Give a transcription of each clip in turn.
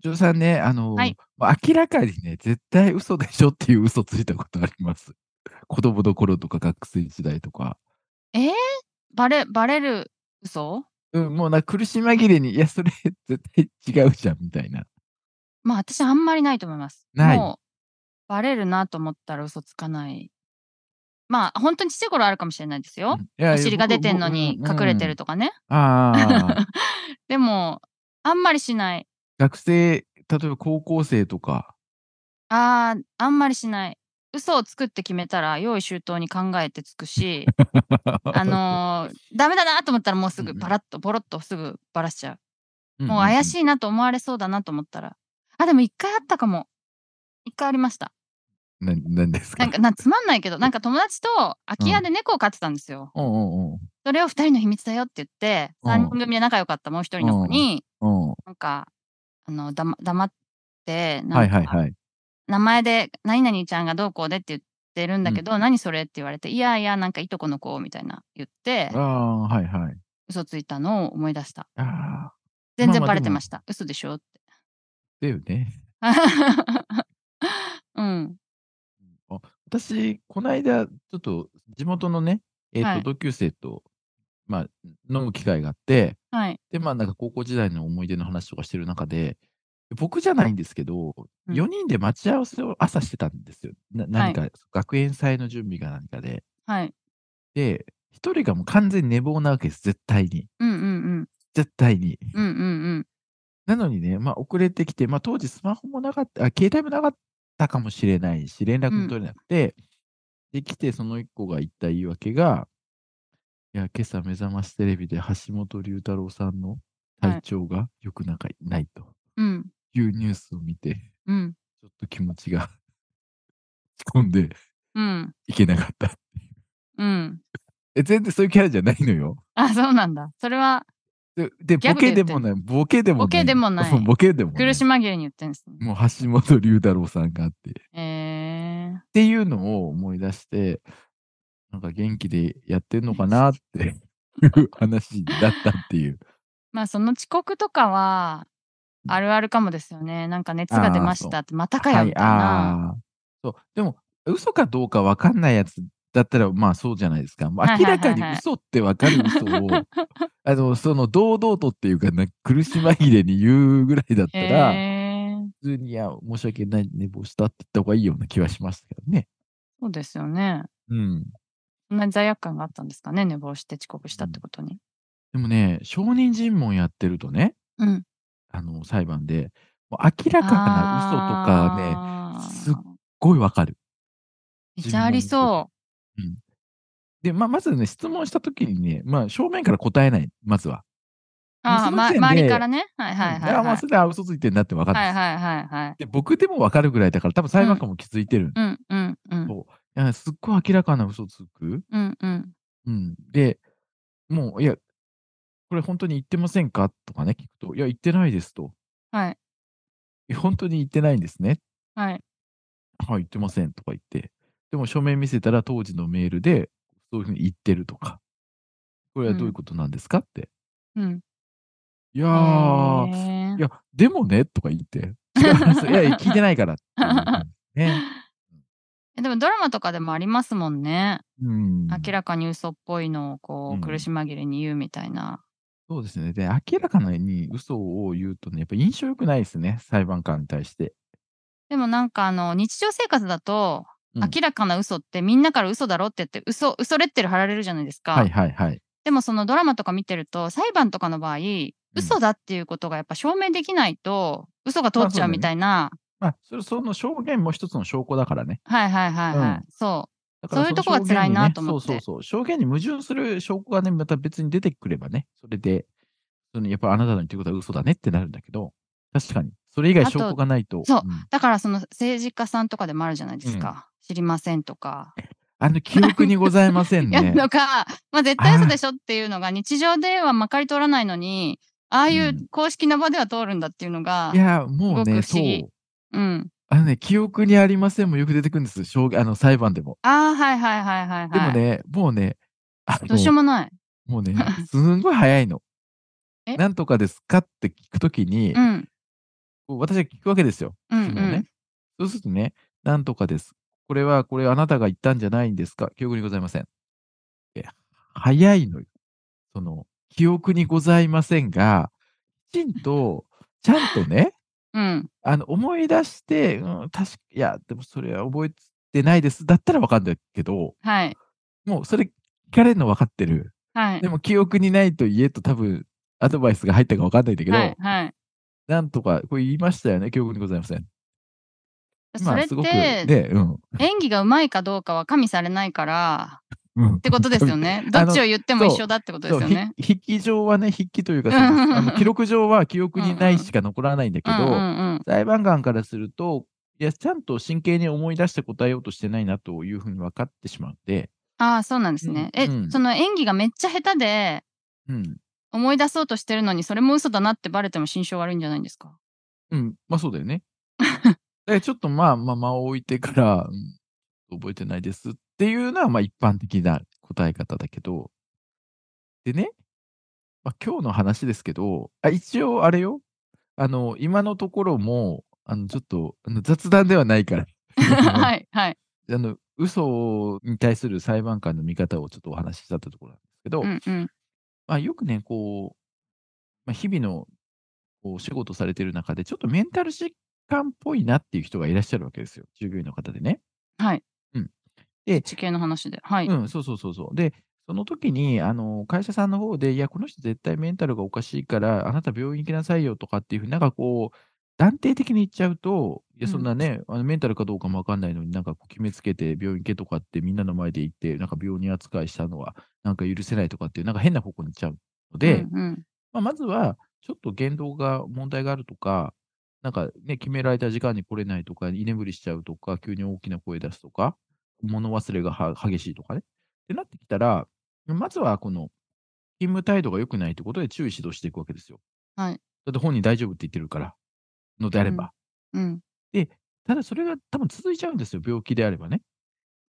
途中さんね、あの、はいもう明らかにね、絶対嘘でしょっていう嘘ついたことあります。子供の頃とか学生時代とか。えー、バレバレる嘘うん、もうな、苦し紛れに、いや、それ絶対違うじゃん、みたいな。まあ私あんまりないと思います。ないもうバレるなと思ったら嘘つかない。まあ本当にちっちゃい頃あるかもしれないですようん。いやお尻が出てんのに隠れてる。とかね。僕僕うんあ あ。でもあんまりしない。学生、例えば高校生とか。あーあんまりしない。嘘をつくって決めたら用意周到に考えてつく し、あのーダメだなと思ったらもうすぐうんうんバラッとボロッとすぐバラしちゃ うう。ん、もう怪しい。いなと思われそうだなと思ったら。あ、でも一回あったかも。一回ありました。ななんですかなんか、なつまんないけど、なんか友達と空き家で猫を飼ってたんですよ。うんうんそれを二人の秘密だよって言って、うん三人組で仲良かったもう一人の子に、うん。うん。なんか、あの、だま、黙って、はないんかはいはい。名前で、何々ちゃんがどうこうでって言ってるんだけど、何それって言われて、いやいや、なんかいとこの子みたいな言ってあ、あ、はいはい。嘘ついたのを思い出した。ああ、全然まあまあバレてました。嘘でしょって。 だよね。うん。あ私、この間、ちょっと地元のね、えーとはい同級生と、まあ、飲む機会があって、はい。で、まあ、なんか高校時代の思い出の話とかしてる中で、僕じゃないんですけど、うん4人で待ち合わせを朝してたんですよ。なは何いか、学園祭の準備が何かで。はい。で、1人がもう完全に寝坊なわけです、絶対に。うんうん絶対に。うん。うんうんなのにね、まあ、遅れてきて、まあ、当時スマホもなかった、あ携帯もなかったかもしれないし、連絡も取れなくて、で、来て、その一個が言った言い訳が、いや、今朝目覚ましテレビで橋本龍太郎さんの体調がよくなんかないとうん。うん。いうニュースを見て、うん。ちょっと気持ちが落ち込んでうん。いけなかった。うん。え、全然そういうキャラじゃないのよ。あ、そうなんだ。それはで、でギャボグケで言でってもんない、ボケでもない。ボケでもないそう ボケでもない。苦し紛れに言ってるんですね。もう橋本龍太郎さんがあって。えー、っていうのを思い出して、なんか元気でやってんのかなっていう話だったって いう。まあその遅刻とかはあるあるかもですよね。なんか熱が出ましたってまたかはよみい、たいな。ああ。そう。でも、嘘かどうかわかんないやつだったら、まあそうじゃないですか。もうはいはい明はいはらいかに嘘ってわかる嘘を、 あの、その堂々とっていうかな、苦し紛れに言うぐらいだったら、へー普通に、いや、申し訳ない、寝坊したって言った方がいいような気はしましたけどね。そうですよね。うん。そんなに罪悪感があったんですかね。寝坊して遅刻したってことに。でもね、証人尋問やってるとね、うん。あの、裁判で、もう明らかな嘘とかね、ねすっすっごいわかる。めっちゃありそで、まあ、まずね、質問したときにね、まあ、正面から答えない、まずは。う。ああ、ま、その時点で周りからね。はいはいはうい、んあまはあ、いそ。れで、あ、嘘ついてんなってわかるんはでいす、はいはいはい。で、僕でもわかるぐらいだから、多分裁判官も気づいてる。うんうんうんそういやすっごい明らかな嘘つく。うんうんうん。で、もう、いや、これ本当に言ってませんかとかね、聞くと、いや、言ってないですと。はいいや本当に言ってないんですね。はいはい、言ってませんとか言って。でも、書面見せたら、当時のメールで、そういうふうに言ってるとか。これはどういうことなんですかって。うん。いやー、へーいや、でもね、とか言って。いや、いや聞いてないからっていう感じね。えでもドラマとかでもありますもんね。うん。明らかに嘘っぽいのをこううん苦し紛れに言うみたいな。そうですね。で、明らかに嘘を言うとね、やっぱ印象良くないですね。裁判官に対して。でもなんかあの日常生活だとうん明らかな嘘ってみんなから嘘だろって言って嘘嘘レッテル貼られるじゃないですか、はいはいはい。でもそのドラマとか見てると裁判とかの場合嘘だっていうことがやっぱ証明できないと嘘が通っちゃうみたいな、まあ、それその証言も一つの証拠だからね。はいはいはいはい、そだからそういうとこのが辛いなと思っ証言にねそうそてうそう。証言に矛盾する証拠がね、また別に出てくればね、それで、そのやっぱあなたの言ってることは嘘だねってなるんだけど、確かに、それ以外証拠がないと。そううんだからその政治家さんとかでもあるじゃないですか。知りませんとか。あの、記憶にございません やるね。のか、まあ絶対嘘でしょっていうのが日常ではまかり通らないのに、ああいううん公式な場では通るんだっていうのがい、や、もうね、すごく不そ思議う。うん。あのね、記憶にありませんもよく出てくるんです。証言あの、裁判でも。ああ、はいはいはいはいでもはい。ね、もうね、あどうしようのもない。もうね、すんごい早いの。 えなんとかですかって聞くときに、うん。こう私は聞くわけですよ。うん、うそのねん。そうするとね、なんとかです。これは、これあなたが言ったんじゃないんですか記憶にございません。え早いのよ。その、記憶にございませんが、きちんと、ちゃんとね、うん。あの思い出して、うん、確か、いや、でもそれは覚えてないです。だったらわかんないけど、はい。もうそれ聞かれるの分かってる。はいで。も記憶にないと言えと多分、アドバイスが入ったか分かんないんだけど、はい。はい。なんとか、これ言いましたよね、記憶にございません。それっすごく、て、ね、うん。演技がうまいかどうかは加味されないから、うんってことですよね。どっちを言っても そう一緒だってことでそすうよね。ひ筆記上はね、筆記というか、そうんうんうんのあの記録上は記憶になうんいうんしか残らないんだけうんど、うんうん。裁判官からすると、いや、ちゃんと真剣に思い出して答えようとしてないなというふうに分かってしまって、ああ、そうなんですね。うんえ、うんその演技がめっちゃ下手で、うん、思い出そうとしてるのに、それも嘘だなってバレても心証悪いんじゃないんですかうん、まあそうだよ ね。だからちょっとまあ、まあ、間を置いてから、うん覚えてないですっていうのは、まあ一般的な答え方だけど、でね、まあ、今日の話ですけど、あ一応あれよ、あの、今のところも、あの、ちょっとあの雑談ではないから、あ はい、はい。の、嘘に対する裁判官の見方をちょっとお話ししたってところなんですけど、うんうん。まあ、よくね、こう、まあ、日々のこう仕事されてる中で、ちょっとメンタル疾患っぽいなっていう人がいらっしゃるわけですよ、従業員の方でね。はい。うん。で地形の話で。はい。うん、そうそうそうそう。で、その時にあの会社さんの方で、いや、この人絶対メンタルがおかしいから、あなた病院行きなさいよとかっていうふうになんかこう、断定的に言っちゃうと、いや、うんそんなね、あのメンタルかどうかもわかんないのに、なんかこう決めつけて、病院行けとかって、みんなの前で言って、なんか病人扱いしたのは、なんか許せないとかっていう、なんか変な方向に行っちゃうので、うんうん、まあ、まずは、ちょっと言動が問題があるとか、なんかね、決められた時間に来れないとか、居眠りしちゃうとか、急に大きな声出すとか、物忘れがは激しいとかね。ってなってきたら、まずはこの、勤務態度が良くないってことで注意指導していくわけですよ。はいだって本人大丈夫って言ってるから、のであれば。うん。ただそれが多分続いちゃうんですよ、病気であればね。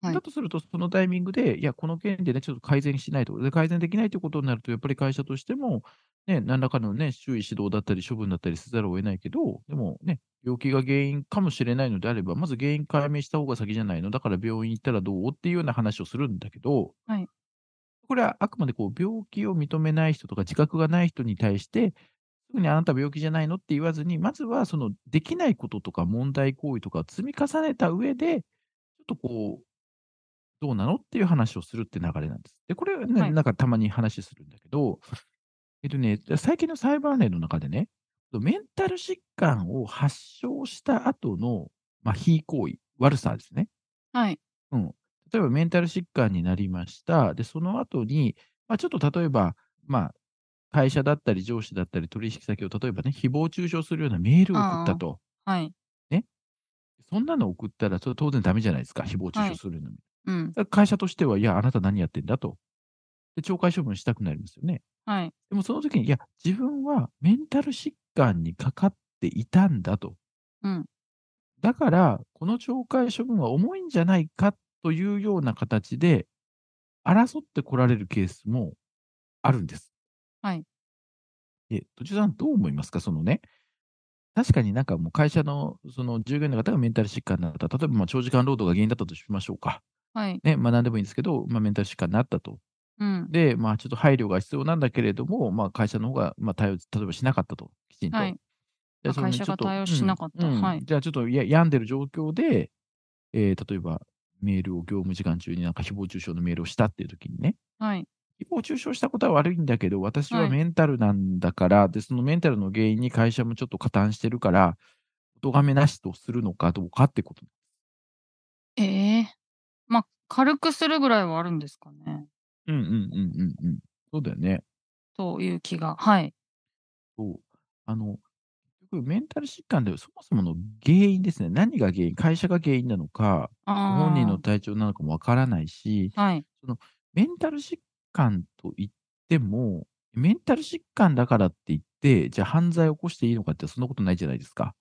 はいだとすると、そのタイミングで、いや、この件でね、ちょっと改善しないと、で改善できないということになると、やっぱり会社としても、ね、何らかのね、注意指導だったり、処分だったりせざるを得ないけど、でもね、病気が原因かもしれないのであれば、まず原因解明した方が先じゃないの、だから病院行ったらどうっていうような話をするんだけど、はいこれはあくまでこう病気を認めない人とか、自覚がない人に対して、すぐにあなた病気じゃないのって言わずに、まずはそのできないこととか問題行為とかを積み重ねた上で、ちょっとこう、どうなのっていう話をするって流れなんです。で、これはね、はいなんかたまに話するんだけど、えっとね、最近の裁判例の中でね、メンタル疾患を発症した後の、まあ、非行為、悪さですね。はい。例えばメンタル疾患になりました。で、その後に、まあ、ちょっと例えば、まあ、会社だったり上司だったり取引先を例えばね、誹謗中傷するようなメールを送ったと。はい。そんなの送ったら、それ当然ダメじゃないですか、誹謗中傷するような。うん。だから会社としては、いや、あなた何やってんだと。で、懲戒処分したくなりますよね。はい。でもその時に、いや、自分はメンタル疾患にかかっていたんだと。うんだから、この懲戒処分は重いんじゃないかというような形で、争ってこられるケースもあるんです。はい。え、土地さん、どう思いますかそのね、確かになんかもう会社のその従業員の方がメンタル疾患になった。例えばまあ長時間労働が原因だったとしましょうか。はい。ね、まあ何でもいいんですけど、まあメンタル疾患になったと。うん。で、まあ、ちょっと配慮が必要なんだけれども、まあ、会社の方が、まあ、対応、例えばしなかったと、きちんと。はい。じゃああそれに会社ちょっとが対応しなかったうんうんはいじゃあ、ちょっとや病んでる状況で、えー例えば、メールを業務時間中になんか誹謗中傷のメールをしたっていう時にね、はい。誹謗中傷したことは悪いんだけど、私ははいメンタルなんだから、で、そのメンタルの原因に会社もちょっと加担してるから、お咎めなしとするのかどうかってこと。ええまあ、軽くするぐらいはあるんですかね。うんうんうんうんうん。そうだよね。という気が。はい。そう。あの、結局、メンタル疾患ではそもそもの原因ですね。何が原因、会社が原因なのか、ご本人の体調なのかもわからないし、はい。そのメンタル疾患といっても、メンタル疾患だからって言って、じゃあ犯罪を起こしていいのかって、そんなことないじゃないですか。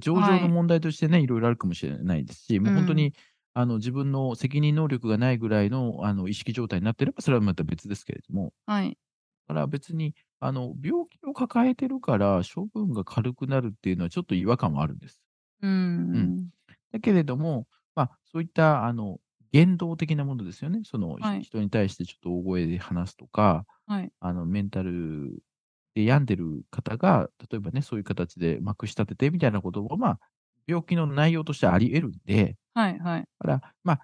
上場の問題としてね、いろいろあるかもしれないですし、もう本当に、あの自分の責任能力がないぐらいのあの意識状態になってれば、それはまた別ですけれども、はい。だから別にあの病気を抱えてるから処分が軽くなるっていうのはちょっと違和感はあるんです。うーん。だけれども、まあ、そういったあの言動的なものですよね。その、はい人に対してちょっと大声で話すとか、はい。あのメンタルで病んでる方が、例えばね、そういう形でまくし立ててみたいなことも、まあ、病気の内容としてあり得るんで、はい。はい。だから、まあ、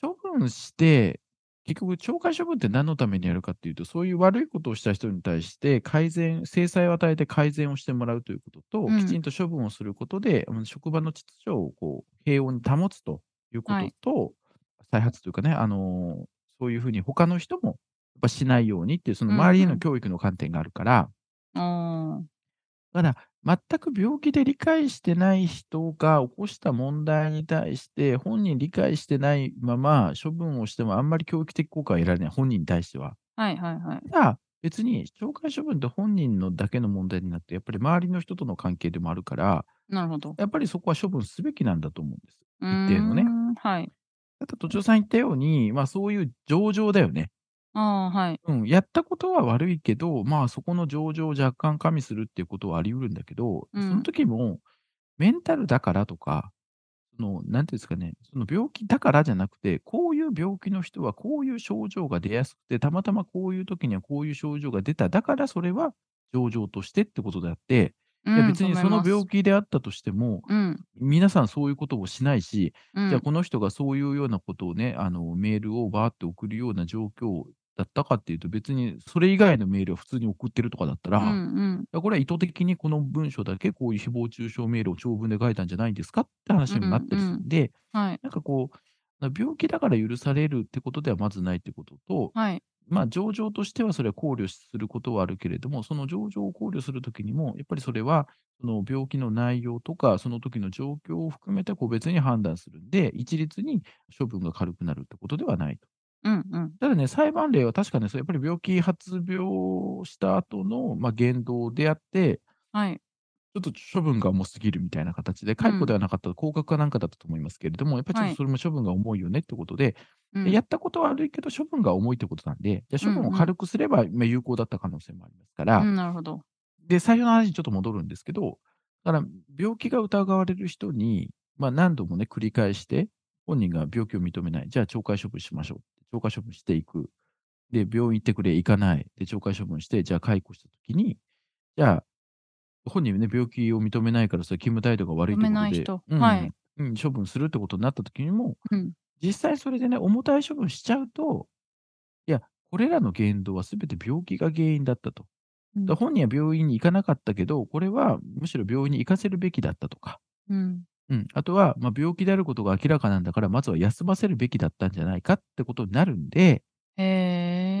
処分して、結局、懲戒処分って何のためにやるかっていうと、そういう悪いことをした人に対して、改善、制裁を与えて改善をしてもらうということと、うんきちんと処分をすることで、あの職場の秩序をこう平穏に保つというこはいとと、再発というかね、あのーそういうふうに他の人もやっぱしないようにっていう、その周りへうんうのん教育の観点があるから、あだから、全く病気で理解してない人が起こした問題に対して、本人理解してないまま処分をしてもあんまり教育的効果は得られない、本人に対しては。あ。はい。はい。はい。ただ、別に懲戒処分って本人のだけの問題になって、やっぱり周りの人との関係でもあるから、なるほど。やっぱりそこは処分すべきなんだと思うんです。一定のね。はい。ただ、都庁さん言ったように、まあそういう上場だよね。ああ、はい。うん、やったことは悪いけど、まあそこの上場を若干加味するっていうことはあり得るんだけど、うんその時もメンタルだからとか、その、なんていうんですかね、その病気だからじゃなくて、こういう病気の人はこういう症状が出やすくて、たまたまこういう時にはこういう症状が出た、だからそれは上場としてってことであって、いやうん別にその病。気であったとしても、と思います皆さんそういうことをしないし、うん。じゃあうんこの人がそういうようなことをね、あのメールをバーって送るような状況だったかっていうと、別にそれ以外のメールを普通に送ってるとかだったら、ういんうん。やこれは意図的にこの文章だけこういう誹謗中傷メールを長文で書いたんじゃないですかって話にもなったりするんで、はい。なんかこう、病気だから許されるってことではまずないってことと、はい。まあ、上場としてはそれは考慮することはあるけれども、その上場を考慮するときにも、やっぱりそれは、その病気の内容とか、その時の状況を含めて個別に判断するんで、一律に処分が軽くなるってことではないと。うんうん。ただね、裁判例は確かね、そうやっぱり病気発病した後の、まあ、言動であって、はい。ちょっと処分が重すぎるみたいな形で、解雇ではなかった、降格かなんかだったと思いますけれども、やっぱりちょっはいとそれも処分が重いよねってことで、うんでやったことは悪いけど、処分が重いってことなんで、じゃあ処分うんうをん軽くすれば、まあ有効だった可能性もありますから、うん、なるほど。で、最初の話にちょっと戻るんですけど、だから、病気が疑われる人に、まあ、何度もね、繰り返して、本人が病気を認めない、じゃあ懲戒処分しましょう。懲戒処分していく。で、病院行ってくれ、行かない。で、懲戒処分して、じゃあ解雇したときに、じゃあ、本人ね、病気を認めないから、それ勤務態度が悪いってことで、認めない人うんはいうん、処分するってことになったときにも、うん実際それでね、重たい処分しちゃうと、いや、これらの言動はすべて病気が原因だったと。うんだから本人は病院に行かなかったけど、これはむしろ病院に行かせるべきだったとか、うん。うん、あとは、まあ、病気であることが明らかなんだから、まずは休ませるべきだったんじゃないかってことになるんで、へ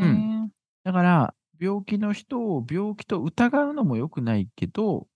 え。うだから、病気の人を病気と疑うのも良くないけど、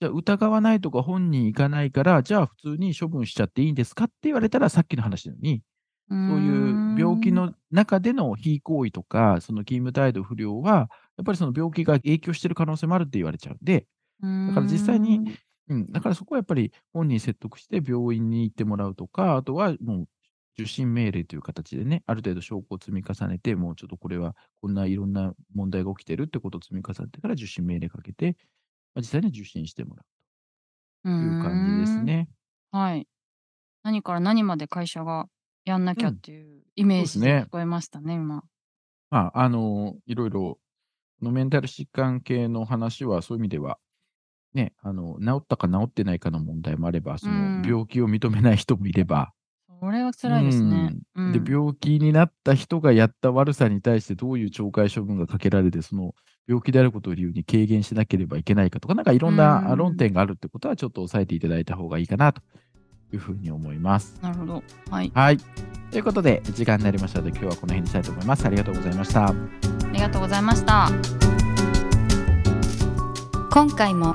じゃあ疑わないとか本人行かないから、じゃあ普通に処分しちゃっていいんですかって言われたらさっきの話のように、そそういう病気。の中での非行為とか、その勤務態度不良は、やっぱりその病気が影響してる可能性もあるって言われちゃうんで、だだから実際に、うん、だからそこはやっぱり本人説得して病院に行ってもらうとか、あとはもう受診命令という形でね、ある程度証拠を積み重ねて、もうちょっとこれはこんないろんな問題が起きてるってことを積み重ねてから受診命令かけて、まあ、実際に受診してもらとうという感じです。ね。はい。何から何まで会社がやんなきゃっていうイメージそうですでね聞こえましたね、今。まあ、あのいろいろ、このメンタル疾患系の話はそういう意味では、ね、あの治ったか治ってないかの問題もあれば、そうんの病気を認めない人もいれば、それは辛いですね。うんで、病気になった人がやった悪さに対してどういう懲戒処分がかけられて、その病気であることを理由に軽減しなければいけないかとか、なんかいろんうんなあ論点があるってことは、ちょっと押さえていただいた方がいいかなというふうに思います。なるほど。はい。はい。ということで、時間になりましたので、今日はこの辺にしたいと思います。ありがとうございました。ありがとうございました。今回も